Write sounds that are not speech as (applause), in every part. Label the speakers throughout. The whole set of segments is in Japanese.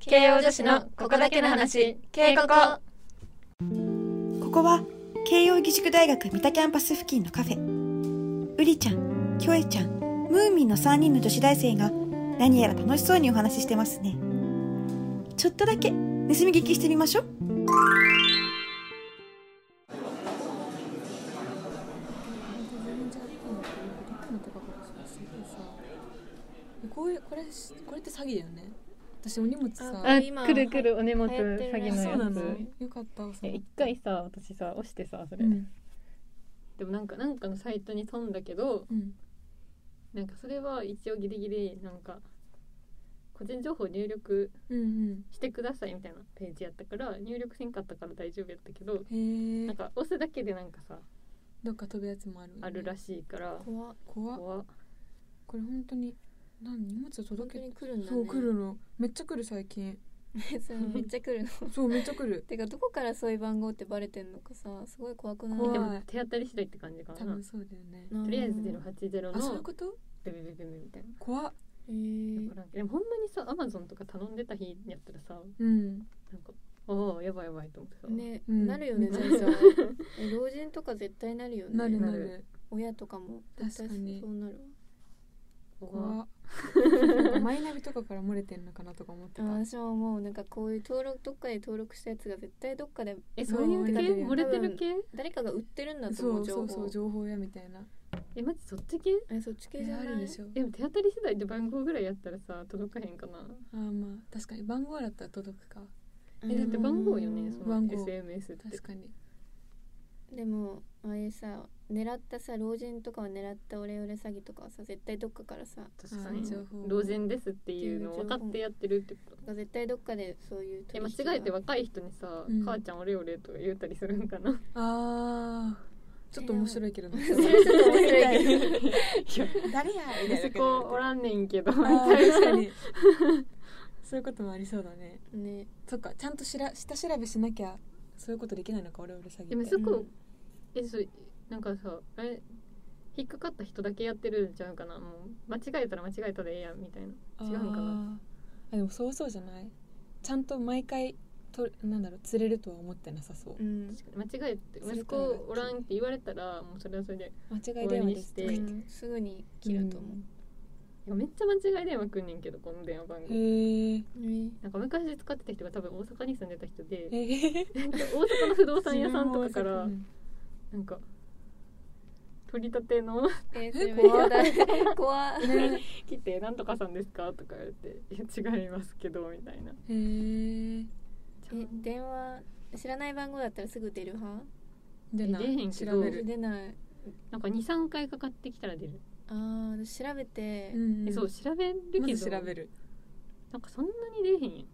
Speaker 1: 慶応女子のここだけの話慶ここ
Speaker 2: ここは慶応義塾大学三田キャンパス付近のカフェうりちゃんきょえちゃんムーミンの3人の女子大生が何やら楽しそうにお話ししてますねちょっとだけ盗み聞きしてみま
Speaker 3: (laughs)
Speaker 2: しょう
Speaker 3: こういうこれこれって詐欺だよね私お荷物さ
Speaker 1: あ
Speaker 4: 今
Speaker 1: くるくるお荷物
Speaker 4: 流行ってる
Speaker 1: 詐
Speaker 4: ね
Speaker 1: 欺の
Speaker 3: そうなの
Speaker 1: やつ
Speaker 3: よかった
Speaker 1: え一回さ私さ押してさそれ、
Speaker 3: うん
Speaker 1: でもなんかなんかのサイトに飛んだけど
Speaker 3: うん
Speaker 1: なんかそれは一応ギリギリなんか個人情報入力
Speaker 3: うん
Speaker 1: してくださいみたいなページやったから入力せんかったから大丈夫やったけど
Speaker 3: うんへ
Speaker 1: な
Speaker 3: え
Speaker 1: んか押すだけでなんかさ
Speaker 3: どっか飛ぶやつもある
Speaker 1: あるらしいから
Speaker 4: 怖っ
Speaker 3: 怖っ
Speaker 1: 怖っ
Speaker 3: これ本当に何荷物
Speaker 4: 本
Speaker 3: 届
Speaker 4: 当
Speaker 3: け
Speaker 4: に来るんだね
Speaker 3: そう来るのめっちゃ来る最近
Speaker 4: そう (laughs) めっちゃ来るの
Speaker 3: そうめっちゃ来る
Speaker 4: てかどこからそういう番号ってバレてんのかさすごい怖くない
Speaker 3: 怖い
Speaker 1: でも手当たり次第って感じか
Speaker 3: 多
Speaker 1: な
Speaker 3: 分そうだよね
Speaker 4: な
Speaker 1: とりあえず080
Speaker 3: あそうい
Speaker 1: の
Speaker 3: うこと
Speaker 1: ベベベベベみたいな
Speaker 3: 怖っ
Speaker 4: えー
Speaker 1: わからんけどでもほんまにさアマゾンとか頼んでた日やったらさ
Speaker 3: うん
Speaker 1: なんかああやばいやばいと思ってさ、
Speaker 4: ね、
Speaker 3: うん
Speaker 4: なるよね
Speaker 3: めっちゃ
Speaker 4: 全 (laughs) 然え老人とか絶対なるよね
Speaker 3: なるな
Speaker 1: な
Speaker 3: る
Speaker 1: る
Speaker 4: 親とかも絶対
Speaker 3: 確かに
Speaker 4: そうなるわ
Speaker 1: 怖
Speaker 3: 怖
Speaker 1: っ
Speaker 3: っなんかマイナビとかから漏れてんのかなとか思っ
Speaker 4: (laughs)
Speaker 3: て
Speaker 4: あ
Speaker 3: た
Speaker 4: 私はもうなんかこういう登録どっかで登録したやつが絶対どっかで
Speaker 1: えそういう系
Speaker 4: 多分
Speaker 1: 漏れてる系
Speaker 4: 誰かが売ってるんだと
Speaker 3: そ
Speaker 4: 思
Speaker 3: う
Speaker 4: う情
Speaker 3: そ
Speaker 4: 報
Speaker 3: うそう情報やみたいな
Speaker 1: えマジそっち系
Speaker 4: えそっち系じゃ
Speaker 3: あ
Speaker 4: ない
Speaker 3: るでしょ
Speaker 1: でも手当たり次第で番号ぐらいやったらさ届かへんかな
Speaker 3: あーまあ確かに番号だったら届くか
Speaker 1: えだって番号よねその
Speaker 3: 番号
Speaker 1: SMS って
Speaker 3: 確かに
Speaker 4: でもああいうさ狙ったさ老人とかを狙ったオレオレ詐欺とかはさ絶対どっかからさ
Speaker 1: 確か
Speaker 3: あー
Speaker 1: に
Speaker 3: 情報
Speaker 1: 老人ですっていうのを分かってやってるってこと
Speaker 4: 絶対どっかでそういう
Speaker 1: え
Speaker 4: 取
Speaker 1: 間
Speaker 4: 引
Speaker 1: 違えて若い人にさ、
Speaker 3: うん
Speaker 1: 母ちゃん俺俺とか言うたりするん
Speaker 3: (laughs)
Speaker 1: かな
Speaker 3: あーちょっと面白いけど
Speaker 1: (laughs)
Speaker 3: ね
Speaker 4: それちょっと面白いけど
Speaker 3: 誰やみたいな感じ
Speaker 1: そ
Speaker 3: で
Speaker 1: こおらんねんけど
Speaker 3: あー確かに (laughs) そういうこともありそうだね
Speaker 4: ね
Speaker 3: そっかちゃんとしら下調べしなきゃそういうことできないのか俺俺詐
Speaker 1: でも
Speaker 3: 欺って
Speaker 1: そこ、えそなんかさあれ引っかかった人だけやってるんちゃうかなもう間違えたら間違えたでええやんみたいな違うんかな
Speaker 3: なあでもそうそうじゃないちゃんと毎回となんだろう釣れるとは思ってなさそう
Speaker 4: うん
Speaker 1: 確かに間違えて
Speaker 3: それ
Speaker 1: 息
Speaker 3: か
Speaker 1: 子
Speaker 3: らだ
Speaker 1: おらんって言われたらもうそれはそれで
Speaker 3: 間違い電話です
Speaker 1: 終
Speaker 4: う
Speaker 1: わりに
Speaker 4: んすぐに切ると思
Speaker 1: いやめっちゃ間違い電話くんねんけどこの電話番
Speaker 3: うん
Speaker 1: 号
Speaker 3: へえ
Speaker 4: うね
Speaker 1: なんか昔使ってた人が多分大阪に住んでた人で
Speaker 3: え
Speaker 1: (laughs)
Speaker 3: ー
Speaker 1: なんか大阪の不動産屋さんと
Speaker 3: (laughs)
Speaker 1: かから
Speaker 3: うん
Speaker 1: なんか取り立ての
Speaker 4: えそれめっち
Speaker 3: 怖
Speaker 4: ゃ
Speaker 3: い
Speaker 4: だ怖い
Speaker 3: ね
Speaker 1: 来て「なんとかさんですか?」とか言われて「いや違いますけど」みたいな
Speaker 3: へえ
Speaker 1: ちゃ
Speaker 4: え
Speaker 1: んと
Speaker 4: 電話知らない番号だったらすぐ出る派
Speaker 3: 出な
Speaker 1: 出えへん
Speaker 3: い
Speaker 1: け
Speaker 3: 調
Speaker 1: ど
Speaker 3: べる
Speaker 4: 出ない
Speaker 1: なんか23回かかってきたら出る、
Speaker 4: あー私調べて
Speaker 3: ん
Speaker 1: えそう調べるけど、
Speaker 3: まず調べる
Speaker 1: なんかそんなに出えへんやん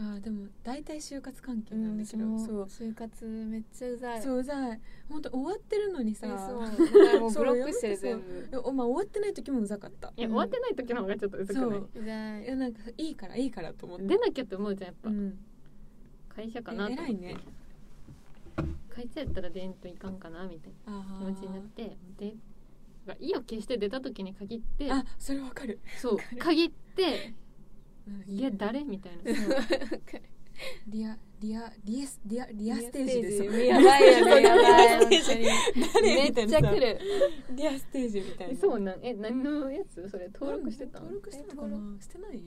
Speaker 3: あーでも大体就活関係
Speaker 4: う
Speaker 3: なん
Speaker 4: ん
Speaker 3: だけど、そ
Speaker 4: そうう就活めっちゃうざい
Speaker 3: そうじゃい本当終わってるのにさ
Speaker 4: えそうだからもう
Speaker 3: そう
Speaker 4: ブロックしてる
Speaker 3: そう
Speaker 4: 全部
Speaker 3: おまあ、終わってない時もうざかった
Speaker 1: いや、
Speaker 4: うん
Speaker 1: 終わってない時の方がちょっと薄く
Speaker 3: そ
Speaker 1: ないう
Speaker 4: うざ
Speaker 3: い
Speaker 4: い
Speaker 3: やなんかいいからいいからと思って
Speaker 1: 出なきゃって思うじゃんやっぱ、
Speaker 3: うん
Speaker 1: 会社かなと
Speaker 3: え
Speaker 1: 思っ
Speaker 3: 偉
Speaker 1: て
Speaker 3: いね
Speaker 1: 会社やったら出んといかんかなみたい
Speaker 3: あ
Speaker 1: な
Speaker 3: ー
Speaker 1: 気持ちになってで意を決して出た時に限って
Speaker 3: あそれわかる
Speaker 1: そう限って
Speaker 3: うん
Speaker 1: いや誰みたいな
Speaker 4: (laughs)
Speaker 3: リアリアリエスリアリ
Speaker 4: リ
Speaker 3: ア
Speaker 4: ア
Speaker 3: ステージです
Speaker 4: やばいよねやばい本
Speaker 3: リアス
Speaker 4: 当
Speaker 3: テー
Speaker 4: に
Speaker 3: ジ
Speaker 4: めっちゃ来
Speaker 3: る
Speaker 4: る
Speaker 3: リアステージみたい
Speaker 1: え
Speaker 3: な
Speaker 1: そうなんえ何のやつそれ登録してたの
Speaker 3: 登録してたか
Speaker 4: え
Speaker 3: な
Speaker 4: 登
Speaker 3: してない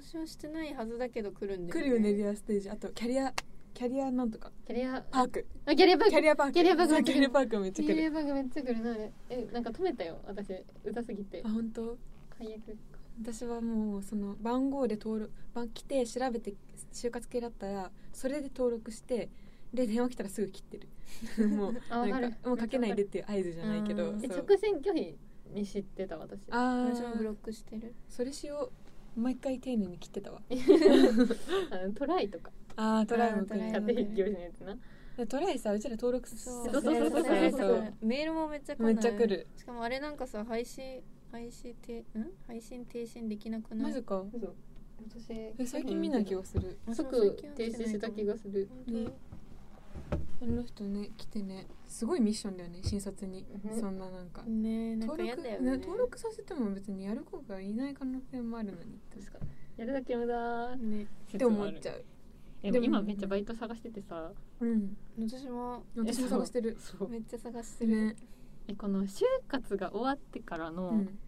Speaker 4: 私はしてないはずだけど来るんで
Speaker 3: 来るよねリアステージあとキャリアキャリアなんとか
Speaker 1: キャリア
Speaker 3: パーク
Speaker 1: あキャリアバ
Speaker 3: キャリアパーク
Speaker 1: キャリアパーク
Speaker 3: そうキャリアパークめっち
Speaker 1: キ
Speaker 3: ゃ来
Speaker 1: ャリ
Speaker 3: る
Speaker 1: アバグめっちゃ来るなあれえなんか止めたよ私歌すぎて
Speaker 3: あ本当
Speaker 1: 解約
Speaker 3: 私はもうその番号で登録番来て調べて就活系だったらそれで登録してで電話来たらすぐ切ってる (laughs) もう
Speaker 1: あわ
Speaker 3: な
Speaker 1: か
Speaker 3: ん
Speaker 1: る
Speaker 3: かもうかけないでっていう合図じゃないけど
Speaker 4: うん
Speaker 1: え
Speaker 3: そう
Speaker 1: 直線拒否に知ってた私
Speaker 3: あ
Speaker 4: 私もブロ
Speaker 3: ー
Speaker 4: ックしてる
Speaker 3: それしよう毎回丁寧に切ってたわ
Speaker 1: あのトライとか
Speaker 3: あートライも来
Speaker 4: あー
Speaker 3: る
Speaker 4: ト
Speaker 1: 家庭引き寄せのやつな
Speaker 3: でトライさうちら登録す
Speaker 4: そ
Speaker 3: そうう
Speaker 1: そ
Speaker 3: そうう
Speaker 1: そ
Speaker 3: そうう
Speaker 1: そ
Speaker 3: そうう
Speaker 4: メールもめっちゃ来な
Speaker 3: め
Speaker 4: い
Speaker 3: っちゃ来る
Speaker 4: しかもあれなんかさ配信配信てん配信停止にできなくな
Speaker 3: マ
Speaker 4: い
Speaker 3: ジか
Speaker 1: そう私
Speaker 3: え最近見ない気がする
Speaker 4: 私も
Speaker 1: 即
Speaker 4: 最
Speaker 1: 停
Speaker 4: 近は
Speaker 1: 止した気がする
Speaker 4: 本当に
Speaker 3: あの人ね来てねすごいミッションだよね診察に
Speaker 1: うん
Speaker 3: そんななんか
Speaker 4: ねえなんか
Speaker 3: 登
Speaker 4: 嫌
Speaker 3: 録
Speaker 4: だ
Speaker 3: ね
Speaker 4: よね
Speaker 3: 登録させても別にやる子がいない可能性もあるのに
Speaker 1: 確かやるだけ無駄ー
Speaker 4: ね
Speaker 3: て
Speaker 1: (laughs)
Speaker 3: 思っち
Speaker 1: ゃ
Speaker 3: ゃう
Speaker 1: で
Speaker 3: で
Speaker 1: も
Speaker 3: も
Speaker 1: 今めっちゃバイト探しててさ
Speaker 3: うん
Speaker 4: 私も
Speaker 3: 私も探してる
Speaker 1: そう
Speaker 4: めっちゃ探してる、
Speaker 3: ね
Speaker 1: えこの就活が終わってから
Speaker 3: う
Speaker 1: の、
Speaker 3: ん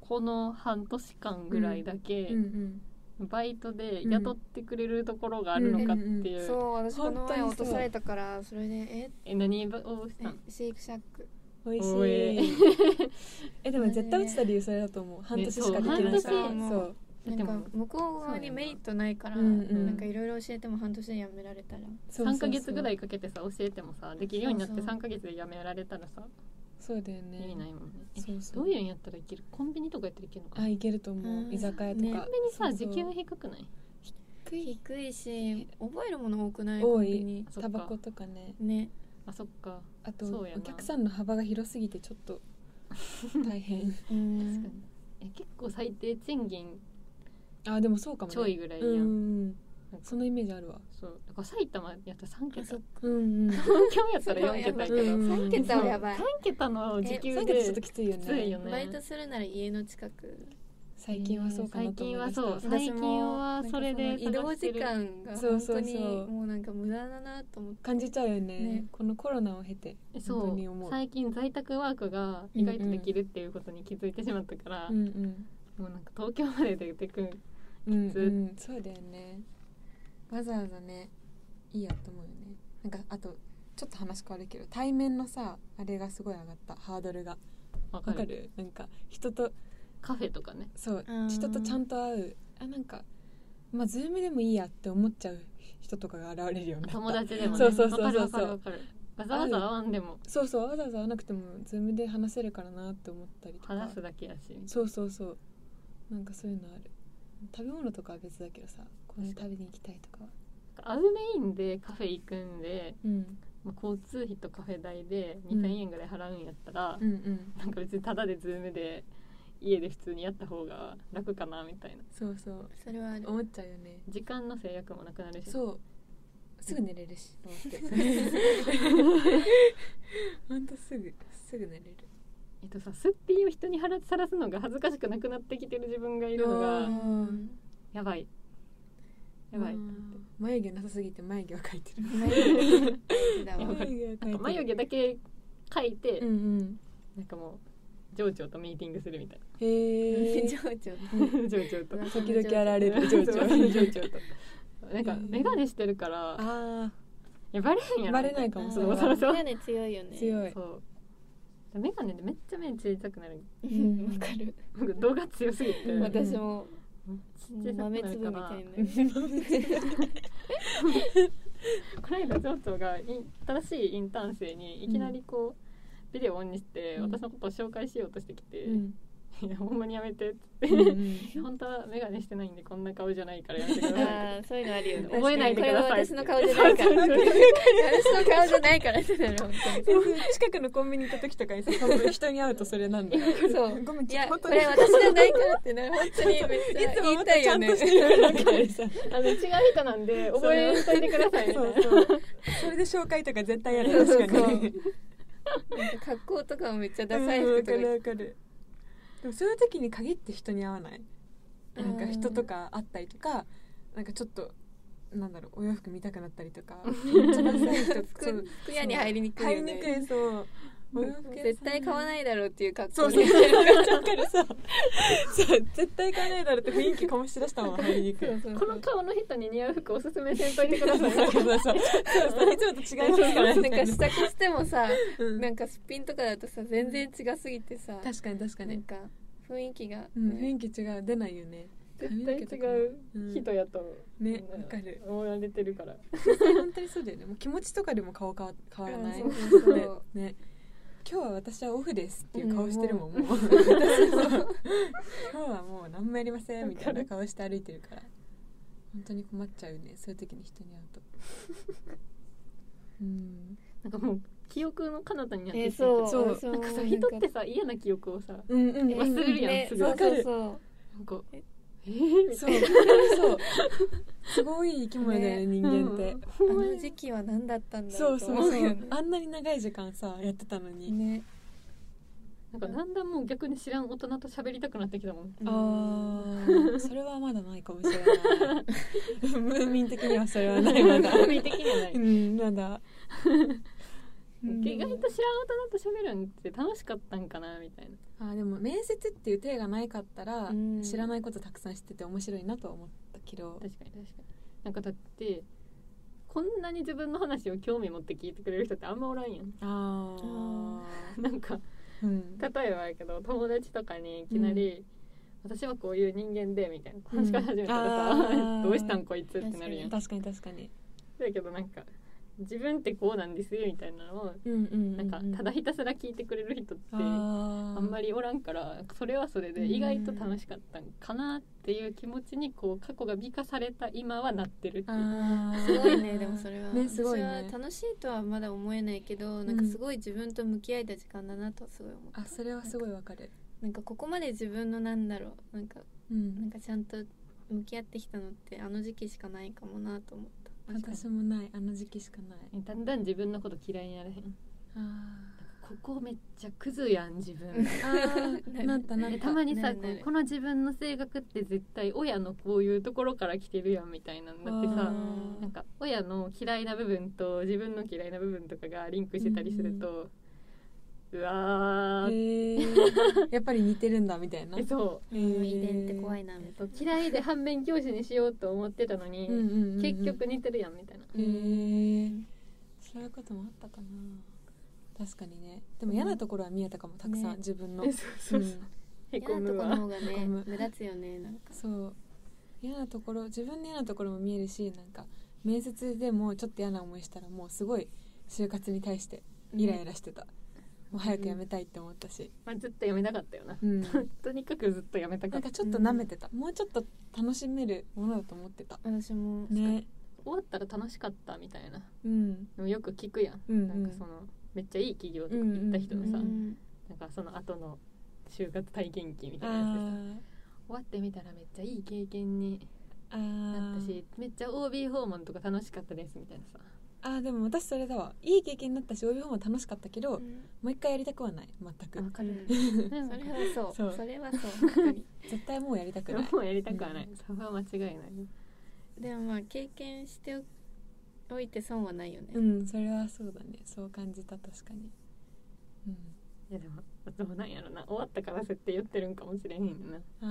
Speaker 1: この半年間ぐらいだけ
Speaker 3: うんう、ん
Speaker 1: バイトで
Speaker 3: うん
Speaker 1: 雇ってくれるところがあるのかっていう、
Speaker 4: そう私この
Speaker 3: 本当
Speaker 4: 前
Speaker 3: にそう
Speaker 4: 落とされたからそれでえ
Speaker 1: え何をした
Speaker 4: え
Speaker 1: の
Speaker 4: シェイクシャック
Speaker 3: 美味し
Speaker 1: お
Speaker 3: いえでも絶対落ちた理由それだと思う半年しかできないから
Speaker 4: そう半年
Speaker 3: そう
Speaker 1: え
Speaker 4: なん
Speaker 1: (laughs) で
Speaker 4: か
Speaker 1: も
Speaker 4: 向こう側にメリットないから
Speaker 3: そうなんだうんうん
Speaker 4: なんかいろいろ教えても半年でやめられたら
Speaker 3: そう
Speaker 1: 3か月ぐら
Speaker 3: い
Speaker 1: いかけてさ教えてもさできるようになっ
Speaker 4: そ
Speaker 1: て
Speaker 4: うそう
Speaker 1: 3か月でやめられたらさ
Speaker 3: そうだよね
Speaker 1: 意味ないもんねえ
Speaker 3: そうそう
Speaker 1: どういうんやったらいけるコンビニとかやったらいけるのかな
Speaker 3: あ
Speaker 1: コン
Speaker 3: いけると思
Speaker 4: う
Speaker 3: うん居酒屋と
Speaker 4: ね
Speaker 3: か
Speaker 1: ビニさ
Speaker 3: そ
Speaker 1: 時
Speaker 3: うそう
Speaker 1: 給低くない
Speaker 4: 低いし覚えるもの多くないコ
Speaker 3: 多
Speaker 4: ンビニ
Speaker 3: い
Speaker 1: そ
Speaker 3: タ
Speaker 1: っか
Speaker 3: バコとかね
Speaker 4: ね
Speaker 1: あそっか
Speaker 3: あと
Speaker 1: そうや
Speaker 3: お
Speaker 1: な
Speaker 3: 客さんの幅が広すぎてちょっ
Speaker 1: (laughs)
Speaker 3: と大変
Speaker 4: う
Speaker 1: 確か
Speaker 4: ん
Speaker 1: にえ結構最低賃金
Speaker 3: あでもそうかもね
Speaker 1: ちょいぐらいや
Speaker 3: うん
Speaker 1: ん、
Speaker 3: うんそのイメージあるわ
Speaker 1: そうだから埼玉やったら3
Speaker 4: あ
Speaker 1: 桁
Speaker 4: そっ
Speaker 1: 東
Speaker 4: か
Speaker 3: うんうん
Speaker 1: 京やったら4桁やけ
Speaker 3: う
Speaker 1: ど、
Speaker 3: ん
Speaker 4: 3桁はやばい
Speaker 1: 3桁の時給
Speaker 3: そうだ
Speaker 1: で
Speaker 3: とちょっときついよ
Speaker 1: きついよ
Speaker 3: ね
Speaker 1: ね
Speaker 4: バイトするなら家の近く
Speaker 3: 最近はそうかな
Speaker 1: 最
Speaker 3: と思い
Speaker 1: 近
Speaker 3: ま
Speaker 1: は
Speaker 3: した
Speaker 1: そう
Speaker 4: た
Speaker 1: 最近はそれで
Speaker 4: 移動時間が
Speaker 3: そう
Speaker 4: 本
Speaker 3: そ
Speaker 4: 当
Speaker 3: うそう
Speaker 4: にもうなんか無駄だなと思って
Speaker 3: 感じちゃうよね
Speaker 4: ね
Speaker 3: このコロナを経て本
Speaker 1: そ
Speaker 3: 当に思
Speaker 1: う
Speaker 3: う
Speaker 1: 最近在宅ワークが意外とできるっていうことに気づいてしまったから、
Speaker 3: うんうん
Speaker 1: もうなんか東京まで出てくる
Speaker 3: うん、
Speaker 1: きつ
Speaker 3: うん、そうだよねわざわざねいいやと思うよねなんかあとちょっと話変わるけど対面のさあれがすごい上がったハードルが
Speaker 1: わか
Speaker 3: わ
Speaker 1: る
Speaker 3: かるなんか人と
Speaker 1: カフェと
Speaker 3: (laughs)
Speaker 1: かね
Speaker 3: そう
Speaker 4: あー
Speaker 3: 人とちゃんと会うあなんかまあズームでもいいやって思っちゃう人とかが現れるようになった
Speaker 1: 友達でもね
Speaker 3: そ
Speaker 1: わ
Speaker 3: うそうそう
Speaker 1: かる
Speaker 3: そう
Speaker 1: わ
Speaker 3: そ
Speaker 1: かるわ
Speaker 3: う
Speaker 1: かるわざわざ会わんでも
Speaker 3: そうそうわざわざ会わなくてもズームで話せるからなって思ったりとか
Speaker 1: 話すだけやし
Speaker 3: そうそうそうなんかそういうのある食べ物とかは別だけどさこの食べに行きたいとかは
Speaker 1: アウメインでカフェ行くんで、
Speaker 3: うん
Speaker 1: まあ、交通費とカフェ代で
Speaker 3: うん
Speaker 1: 2000円ぐらい払うんやったら、
Speaker 3: うんうん
Speaker 1: なんか別にタダでズームで家で普通にやった方が楽かなみたいな
Speaker 3: そうそう
Speaker 4: それはある
Speaker 3: 思っちゃうよね
Speaker 1: 時間の制約もなくなるし
Speaker 3: そうすぐ寝れる (laughs) しと思ってほんとすぐすぐ寝れる
Speaker 1: えっとさすっぴんを人にさらすのが恥ずかしくなくなってきてる自分がいるの
Speaker 3: う
Speaker 1: が
Speaker 4: (laughs)
Speaker 3: ん
Speaker 1: やばいやばい
Speaker 3: うん眉毛なさすぎて眉毛は描いてる
Speaker 4: 眉毛
Speaker 3: (laughs)
Speaker 4: だわ
Speaker 1: やばい
Speaker 3: 毛は
Speaker 1: なんか眉毛だけ描いて、
Speaker 3: うんうん
Speaker 1: なんかもう情緒とミーティングするみたい
Speaker 3: へ (laughs)
Speaker 4: (laughs)
Speaker 3: え
Speaker 4: 情緒
Speaker 1: な情緒と
Speaker 3: 時々現れる (laughs) 情緒
Speaker 1: そう
Speaker 3: 情緒と
Speaker 1: なんか眼鏡してるからい
Speaker 3: あ
Speaker 1: やバレへんや
Speaker 3: あ
Speaker 1: ろ
Speaker 3: バレない
Speaker 1: か
Speaker 3: かも
Speaker 1: あー
Speaker 3: そ
Speaker 4: そ
Speaker 3: れ
Speaker 1: う
Speaker 4: う
Speaker 1: そ (laughs)
Speaker 4: そうう
Speaker 3: は
Speaker 1: そう
Speaker 4: 眼鏡強いよね
Speaker 3: 強い
Speaker 1: そう眼鏡でめっちゃ目小さくなる
Speaker 4: うん (laughs) わかる
Speaker 1: 僕 (laughs) 動画強すぎて
Speaker 3: うん
Speaker 4: 私も
Speaker 1: 小さ
Speaker 4: (laughs)
Speaker 1: く
Speaker 4: 豆
Speaker 1: なる
Speaker 4: 粒み
Speaker 1: から
Speaker 4: たいな
Speaker 1: この間町長がイン新しいインターン生にいきなりこうビデオオンにして
Speaker 3: うん
Speaker 1: 私のことを紹介しようとしてきて「
Speaker 3: うん
Speaker 1: (laughs) いやほんまにやめて」っ
Speaker 3: (laughs)
Speaker 1: つって
Speaker 3: うんうん
Speaker 1: 「本当は眼鏡してないんでこんな顔じゃないからやめてください」
Speaker 4: あーそういうの (laughs) あるよね
Speaker 1: 覚えないでくださ
Speaker 4: これは
Speaker 1: い
Speaker 4: 私の顔じゃないから
Speaker 1: そうそうそう
Speaker 4: 私の顔じゃないからってなる本
Speaker 3: 近くのコンビニ行った時とかにさ多分人に会うとそれなんだよ
Speaker 4: 当にそう
Speaker 3: ごめん
Speaker 4: い
Speaker 3: ちょっ
Speaker 4: や
Speaker 3: と本
Speaker 4: こ
Speaker 3: 当に
Speaker 4: れ私じゃないからってな本
Speaker 3: (laughs)
Speaker 4: 当にめっちゃ
Speaker 3: つ
Speaker 4: 言
Speaker 3: もも
Speaker 4: い
Speaker 3: っと
Speaker 4: たい
Speaker 3: ちゃ
Speaker 4: よ
Speaker 3: ん
Speaker 4: ね
Speaker 3: としてるだ (laughs) からさ
Speaker 1: あの違う人なんで覚えといてくださいみたいな
Speaker 3: そうそうそれで紹介とか絶対や
Speaker 4: そ
Speaker 3: る
Speaker 4: うそう
Speaker 3: 確かに
Speaker 4: なんか格好とかもめっちゃダサい服とか
Speaker 3: うんわかるわかるでもそういう時に限って人に会わないなんか人とか会ったりとかなんかちょっとなんだろうお洋服見たくなったりとかめっちゃダサ
Speaker 4: (laughs)
Speaker 3: い人
Speaker 4: 服
Speaker 3: そう
Speaker 4: 服屋に入りにくい
Speaker 3: 入
Speaker 4: よ
Speaker 3: り
Speaker 4: ね
Speaker 3: にくいそうお洋服屋さん
Speaker 4: 絶対買わないだろうっていう (laughs) 格
Speaker 3: そ
Speaker 4: 好
Speaker 3: う
Speaker 4: で
Speaker 3: そうそうだからさそう絶対買わないだろうって雰囲気醸し出したまま入りにくい
Speaker 4: そう
Speaker 1: この顔の人に似合う服おすすめせんといてくださ
Speaker 3: そう
Speaker 1: い
Speaker 3: そうそうそうそういつもと違いますから
Speaker 4: なんか試着してもさ
Speaker 3: うん
Speaker 4: なんかすっぴんとかだとさ全然違すぎてさ
Speaker 3: 確かに確か
Speaker 4: な
Speaker 3: に
Speaker 4: んか雰囲気が、
Speaker 3: うん雰囲気違う出ないよね
Speaker 1: 絶対違う人やと
Speaker 3: ねわかる
Speaker 1: 思われてるから
Speaker 4: (laughs)
Speaker 3: 本当にそうだよねもう気持ちとかでも顔変わ変わらない、
Speaker 4: うんそうそうそう
Speaker 3: ねね今日は私はオフですっていう顔してるもん、
Speaker 4: うん
Speaker 3: もう私は今日はもう何もやりませんみたいな顔して歩いてるから本当に困っちゃうねそういう時に人に会
Speaker 4: (laughs)
Speaker 3: うとうん
Speaker 1: なんかもう記憶の彼方になっ
Speaker 4: え
Speaker 1: て
Speaker 4: ー
Speaker 1: きてる
Speaker 4: そう
Speaker 3: そう
Speaker 4: 私も
Speaker 1: なんかさ人ってさ嫌な記憶をさ
Speaker 3: うんうん
Speaker 4: えー
Speaker 1: 忘れるやん
Speaker 4: ね
Speaker 1: すぐ
Speaker 4: そうそう
Speaker 3: そ
Speaker 4: そう
Speaker 1: なんかえ
Speaker 4: え
Speaker 1: えーみた
Speaker 3: そ
Speaker 1: いうな
Speaker 3: 本当にそうすごい生き物だよ
Speaker 4: ね
Speaker 3: ね人間って、
Speaker 1: うん
Speaker 4: あ
Speaker 1: ほんま
Speaker 4: の
Speaker 1: に
Speaker 4: 時期は何だったんだ
Speaker 3: そ
Speaker 4: ろ
Speaker 3: う
Speaker 4: うと
Speaker 3: そう
Speaker 4: 思
Speaker 3: そう
Speaker 4: うよね
Speaker 3: あんなに長い時間さやってたのに、
Speaker 4: ね
Speaker 1: なんかだんだんもう逆に知らん大人と喋りたくなってきたもん
Speaker 4: うん
Speaker 2: あーそれはまだないかもしれないムーミン的にはそれはないまだ
Speaker 1: 意味的にはないう
Speaker 2: んまだうん
Speaker 1: 意外と知らん大人と喋るんって楽しかったんかなみたいな
Speaker 3: あーでも面接っていう手がないかったら、
Speaker 4: うん
Speaker 3: 知らないことたくさん知ってて面白いなとは思ったけど
Speaker 1: 確かに確かになんかだってこんなに自分の話を興味持って聞いてくれる人ってあんまおらんやん
Speaker 3: あー
Speaker 1: なんか
Speaker 3: うん
Speaker 1: 例えばやけど友達とかにいきなり、私はこういう人間で」みたいな話し方始めたらさ
Speaker 2: うんあー
Speaker 1: 「(laughs) どうしたんこいつ」ってなるやんだ
Speaker 2: 確かに確かに
Speaker 1: けどなんか「自分ってこうなんですよ」みたいなのを
Speaker 3: うんうん
Speaker 1: なんかただひたすら聞いてくれる人って
Speaker 3: あ
Speaker 1: あ
Speaker 3: ん
Speaker 1: んまりおらんからそれはそれで意外と楽しかったんかなっていう気持ちにこう過去が美化された今はなってるっていう
Speaker 3: あー
Speaker 4: すごいねでもそれは、
Speaker 3: ねすごいね
Speaker 4: 私は楽しいとはまだ思えないけどなんかすごい自分と向き合えた時間だなとはすごい思った、
Speaker 3: あそれはすごいわかる
Speaker 4: なんかここまで自分のなんだろうなんか
Speaker 3: うん
Speaker 4: なんかちゃんと向き合ってきたのってあの時期しかないかもなと思った
Speaker 3: 私もないあの時期しかない
Speaker 1: だんだん自分のこと嫌いになれへん
Speaker 3: あ
Speaker 1: ここめっちゃクズやん自分
Speaker 3: ーあーなったなっ
Speaker 1: え
Speaker 3: た
Speaker 1: たまに
Speaker 4: な
Speaker 1: さ
Speaker 4: るなる
Speaker 1: こうこの自分の性格って絶対親のこういうところから来てるやんみたいなんだって
Speaker 3: あ
Speaker 1: さ
Speaker 3: ー
Speaker 1: なんか親の嫌いな部分と自分の嫌いな部分とかがリンクしてたりすると、うわ
Speaker 3: へ
Speaker 1: ー
Speaker 3: ーやっぱり似てるんだみたいな
Speaker 1: えそう
Speaker 3: へ
Speaker 4: ん
Speaker 3: ー
Speaker 4: 遺伝って怖いなみ
Speaker 1: えった
Speaker 4: い
Speaker 1: と嫌いで反面教師にしようと思ってたのに、
Speaker 3: うんうんうんうん
Speaker 1: 結局似てるやんみたいな、
Speaker 3: へえそういうこともあったかな確かにねでも嫌なところは見えたかもたくさん、
Speaker 4: ね
Speaker 3: 自分の、
Speaker 1: えそうそうそう、へ
Speaker 4: な
Speaker 1: こ
Speaker 4: 嫌な
Speaker 1: む
Speaker 4: とこの
Speaker 1: わ
Speaker 4: 方が
Speaker 3: へこ
Speaker 4: ね
Speaker 3: む
Speaker 4: 目立つよねなんか
Speaker 3: そう嫌なところ自分の嫌なところも見えるしなんか面接でもちょっと嫌な思いしたらもうすごい就活に対してイライラしてた、もう早く辞めたいって思ったし、
Speaker 1: まあ、ずっとやめたかったよな、
Speaker 3: うん
Speaker 1: とにかくずっとやめた
Speaker 3: な
Speaker 1: かっ
Speaker 3: ん
Speaker 1: た
Speaker 3: かちょっと舐めてた、もうちょっと楽しめるものだと思ってた
Speaker 4: 私も、
Speaker 3: ね
Speaker 1: 終わったら楽しかったみたいな
Speaker 3: うん
Speaker 1: でもよく聞くやん、
Speaker 3: うん
Speaker 1: なんかそのめっちゃいい企業とか行った人の
Speaker 4: う
Speaker 1: さ、
Speaker 4: ん、
Speaker 1: なんかその後の就活体験記みたいなやつでさ
Speaker 3: あ
Speaker 1: 終わってみたらめっちゃいい経験に
Speaker 3: ーあ
Speaker 1: なった
Speaker 3: ー
Speaker 1: しめっちゃ OB 訪問とか楽しかったですみたいなさ
Speaker 3: あーでも私それだわいい経験になったし OB 訪問楽しかったけど、
Speaker 4: う
Speaker 3: も
Speaker 4: ん
Speaker 3: う一回やりたくはない全く
Speaker 1: わかる、でも
Speaker 4: それはそう
Speaker 3: そう
Speaker 4: それはそう本当に
Speaker 3: 絶対もうやりたく
Speaker 1: で
Speaker 3: な
Speaker 1: も
Speaker 3: い
Speaker 1: もうやりたくはない、それは間違いない
Speaker 4: でもまあ経験しておいて損はないよね、
Speaker 3: うんそれはそうだねそう感じた確かにうん
Speaker 1: いやでもどうなんやろな終わったからせって言ってるんかもしれへんよ
Speaker 3: あ
Speaker 1: な、
Speaker 3: ー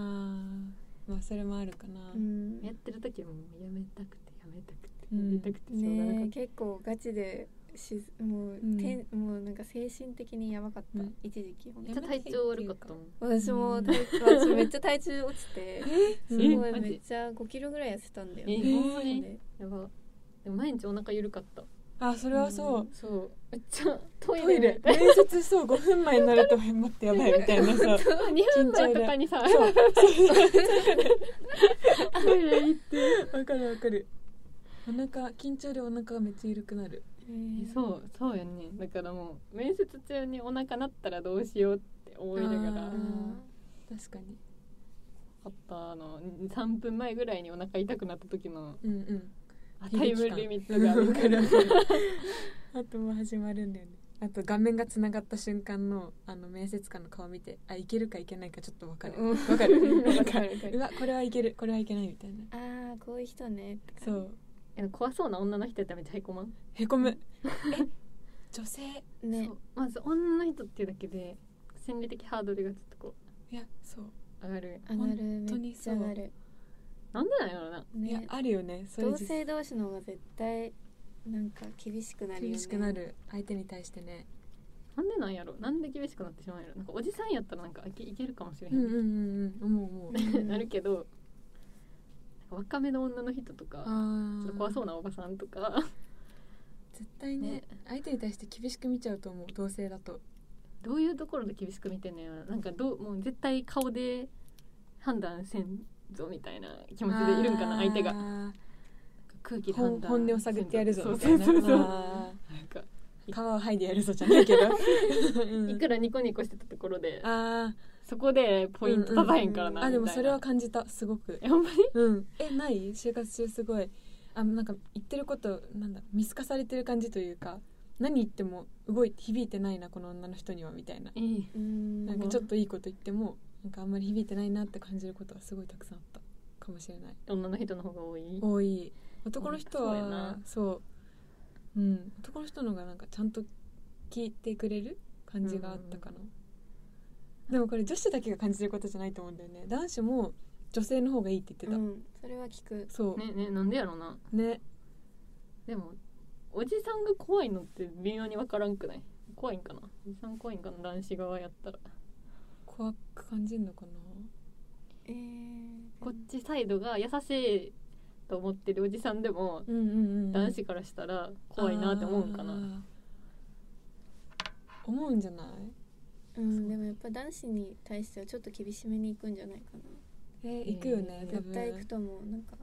Speaker 3: まあそれもあるかな、
Speaker 4: うん
Speaker 1: やってる時はもうやめたくてやめたくて
Speaker 3: う
Speaker 1: や
Speaker 3: ん
Speaker 1: めたくてしょうがなか
Speaker 4: ね
Speaker 1: っ
Speaker 4: え結構ガチでしもう、
Speaker 3: ん
Speaker 4: てんもうなんか精神的にやばかった、
Speaker 3: うん
Speaker 4: 一時期本
Speaker 1: た、
Speaker 4: 当
Speaker 1: めっちゃ体調悪かったもん
Speaker 4: 私も
Speaker 3: うん
Speaker 4: 体私めっちゃ体重落ちてす
Speaker 1: え
Speaker 4: ごい
Speaker 1: マジ
Speaker 4: めっちゃ5キロぐらい痩せたんだよ、
Speaker 1: え
Speaker 4: ね、
Speaker 1: ほんま
Speaker 4: そう
Speaker 1: に
Speaker 4: ね
Speaker 1: やばでも毎日お腹緩かった
Speaker 3: あそれはそう、
Speaker 1: そうめっちゃトイ
Speaker 3: トイ
Speaker 1: レ
Speaker 3: レ
Speaker 1: (laughs)
Speaker 3: 面接そう5分前になると (laughs) え待ってやばいみたいなさそう
Speaker 1: 2分前とかにさ
Speaker 3: そう
Speaker 1: トイレ行って
Speaker 3: わかるわかるお腹緊張でお腹がめっちゃ緩くなる
Speaker 1: えそうそうやねだからもう面接中にお腹なったらどうしようって思いながら
Speaker 3: あ
Speaker 1: あ
Speaker 3: ー
Speaker 4: うん
Speaker 3: 確かに
Speaker 1: ったあの3分前ぐらいにお腹痛くなった時の
Speaker 3: うんうん
Speaker 1: あ
Speaker 3: 悲
Speaker 1: タイ
Speaker 3: 劇
Speaker 1: ム
Speaker 3: 感
Speaker 1: リミットが
Speaker 3: (laughs)
Speaker 1: みたいな
Speaker 3: あともう始まるんだよねあと画面がつながった瞬間のあの面接官の顔見てあいけるかいけないかちょっとわかるわ、かる
Speaker 4: わ
Speaker 3: なん
Speaker 4: か
Speaker 3: か
Speaker 4: るわかる
Speaker 3: (laughs) うわこれはいけるこれはいけないみたいな
Speaker 4: ああこういう人ねって感じ
Speaker 3: そう
Speaker 1: え怖そうな女の人やったらめっちゃへこまん、
Speaker 3: へこむえ女性
Speaker 4: ね
Speaker 1: そうまず女の人っていうだけで心理的ハードルがちょっとこ
Speaker 3: いやそう
Speaker 1: う上がる
Speaker 4: 上がる
Speaker 3: 本当
Speaker 4: め
Speaker 3: に
Speaker 4: っち
Speaker 3: そ
Speaker 4: ゃ
Speaker 3: う
Speaker 4: 上がる
Speaker 1: なんでなんやろない
Speaker 3: や
Speaker 4: ね
Speaker 3: あるよねそれ
Speaker 4: 同
Speaker 3: 実際
Speaker 4: 性同士の方が絶対なんか厳しくなるよね
Speaker 3: 厳しくなる相手に対してね
Speaker 1: なんでなんやろなんで厳しくなってしまうんやろなんかおじさんやったらなんかいけいけるかもしれへ
Speaker 3: うんうんうんうん思う思う (laughs)
Speaker 1: ん (laughs) なるけどなんか若めの女の人とかちょっ
Speaker 3: あ
Speaker 1: と怖そううなおばさんとか
Speaker 3: 絶対ね
Speaker 1: ね
Speaker 3: 相手に対して厳しく見ちゃうと思う同性だと
Speaker 1: どういうところで厳しく見てんのやろなんかどうもう絶対顔で判断せんぞみたいな気
Speaker 3: 気
Speaker 1: 持ちでいるんかな相手が空気で判
Speaker 3: 本
Speaker 1: 断
Speaker 3: 本音を探ってやるぞ
Speaker 1: そう
Speaker 3: みた
Speaker 1: そ
Speaker 3: いうな
Speaker 1: そうそうなん
Speaker 3: あ
Speaker 1: か
Speaker 3: ー皮を剥いでやるぞじゃないけ
Speaker 1: (laughs)
Speaker 3: どうん
Speaker 1: いくらニコニコしてたところで
Speaker 3: あ
Speaker 1: そこでポイント立たへんから
Speaker 3: ー
Speaker 1: な
Speaker 3: あでも
Speaker 1: みたいな
Speaker 3: それは感じたすごく
Speaker 1: えほんまに
Speaker 3: うんえない就活中すごいあなんか言ってることなんだ見透かされてる感じというか何言っても動いて響いてないなこの女の人にはみたいな
Speaker 1: ええ
Speaker 4: うん
Speaker 3: なんかちょっといいこと言ってもなんかあんまり響いてないなって感じることはすごいたくさんあったかもしれない
Speaker 1: 女の人の方が多い
Speaker 3: 多い男の人
Speaker 1: そうや
Speaker 3: は
Speaker 1: な
Speaker 3: そううん男の人の方がなんかちゃんと聞いてくれる感じがあったかな、でもこれ女子だけが感じてることじゃないと思うんだよね男子も女性の方がいいって言ってた、
Speaker 4: うん、それは聞く
Speaker 3: そう
Speaker 1: ねねなんでやろうな
Speaker 3: ね
Speaker 1: でもおじさんが怖いのって微妙に分からんくない怖いんかなおじさん怖いんかな男子側やったら
Speaker 3: 怖く感じるのかな
Speaker 4: えー、
Speaker 1: こっちサイドが優しいと思ってるおじさんでも
Speaker 3: うんうんうん
Speaker 1: 男子からしたら怖いなって思うんかな
Speaker 3: あー思うんじゃない
Speaker 4: うん、でもやっぱ男子に対してはちょっと厳しめに行くんじゃないかな
Speaker 3: えー行くよね、
Speaker 1: うん
Speaker 3: 多
Speaker 4: 絶
Speaker 3: 分
Speaker 4: 対行くと思うなんか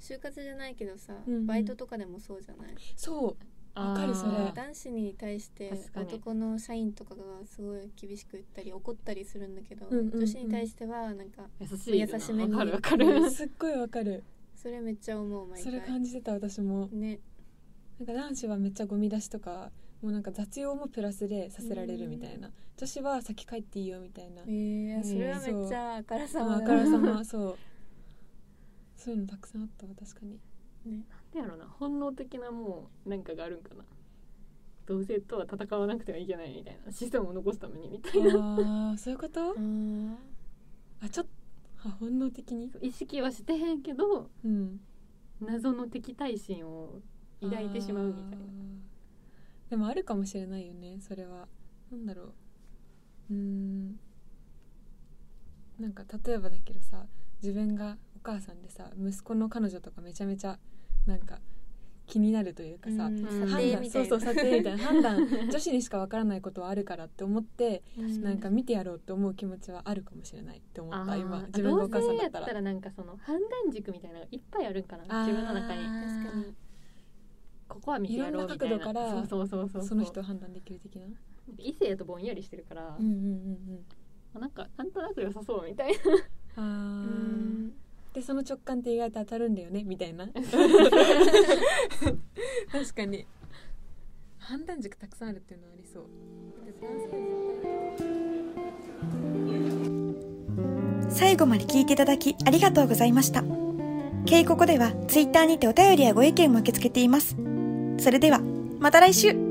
Speaker 4: 就活じゃないけどさ、
Speaker 3: うんうん
Speaker 4: バイトとかでもそうじゃない
Speaker 3: そう
Speaker 1: あー
Speaker 3: わかるそれ
Speaker 4: 男子に対して
Speaker 1: 確かに
Speaker 4: 男の社員とかがすごい厳しく言ったり怒ったりするんだけど、
Speaker 3: うんうんうん
Speaker 4: 女子に対してはなんか
Speaker 1: 優しいよな
Speaker 4: 優しめに
Speaker 1: 分かる分か (laughs) る
Speaker 3: すっごいわかる
Speaker 4: それめっちゃ思う毎
Speaker 3: それ
Speaker 4: 回
Speaker 3: 感じてた私も
Speaker 4: ね
Speaker 3: なんか男子はめっちゃゴミ出しとかもうなんか雑用もプラスでさせられるみたいな女子は先帰っていいよみたいな
Speaker 4: えー、それはめっちゃあからさま
Speaker 3: あ
Speaker 4: だ
Speaker 3: からさまそうそういうのたくさんあったわ確かに
Speaker 4: ね
Speaker 1: なんでやろうな本能的なもうなんかがあるんかな同性とは戦わなくてはいけないみたいな子孫を残すためにみたいな
Speaker 3: ああそういうこと
Speaker 4: (laughs) あー
Speaker 3: あちょっとあ本能的に
Speaker 1: 意識はしてへんけど
Speaker 3: うん
Speaker 1: 謎の敵対心を抱いてしまうみたい
Speaker 3: あ
Speaker 1: な
Speaker 3: ーでもあるかもしれないよねそれはなんだろううーんなんか例えばだけどさ自分がお母さんでさ息子の彼女とかめちゃめちゃなんか気になるというかさ、
Speaker 4: うん
Speaker 1: 判断
Speaker 4: 査
Speaker 3: 判
Speaker 4: 定
Speaker 3: 断
Speaker 4: みた
Speaker 3: そ
Speaker 4: いうな
Speaker 3: そう査定
Speaker 4: (laughs)
Speaker 3: み
Speaker 1: (laughs)
Speaker 3: たいな判断女子にしかわからないことはあるからって思って、
Speaker 4: うん
Speaker 3: なんか見てやろうって思う気持ちはあるかもしれないって思った今
Speaker 1: あー
Speaker 3: 自分がお母さんだったら
Speaker 1: 同性やったらなんかその判断軸みたいなのがいっぱいあるんかな
Speaker 3: あー
Speaker 1: 自分の中に
Speaker 4: 確かに
Speaker 1: ここは見てやろうみたいない
Speaker 3: ろんな角度から
Speaker 1: そうそうそうそう
Speaker 3: その人を判断できる的な
Speaker 1: 異性とぼんやりしてるから、
Speaker 3: うんうんうんうん
Speaker 1: なんかなんとなく良さそうみたい
Speaker 3: あ
Speaker 1: な
Speaker 4: う
Speaker 3: ー
Speaker 4: ん
Speaker 3: でその直感って意外と当たるんだよねみた (laughs) いな確かに判断軸たくさんあるっていうのはありそう
Speaker 2: 最後まで聞いていただきありがとうございました。K ここでは Twitter にてお便りやご意見も受け付けています。それでは、また来週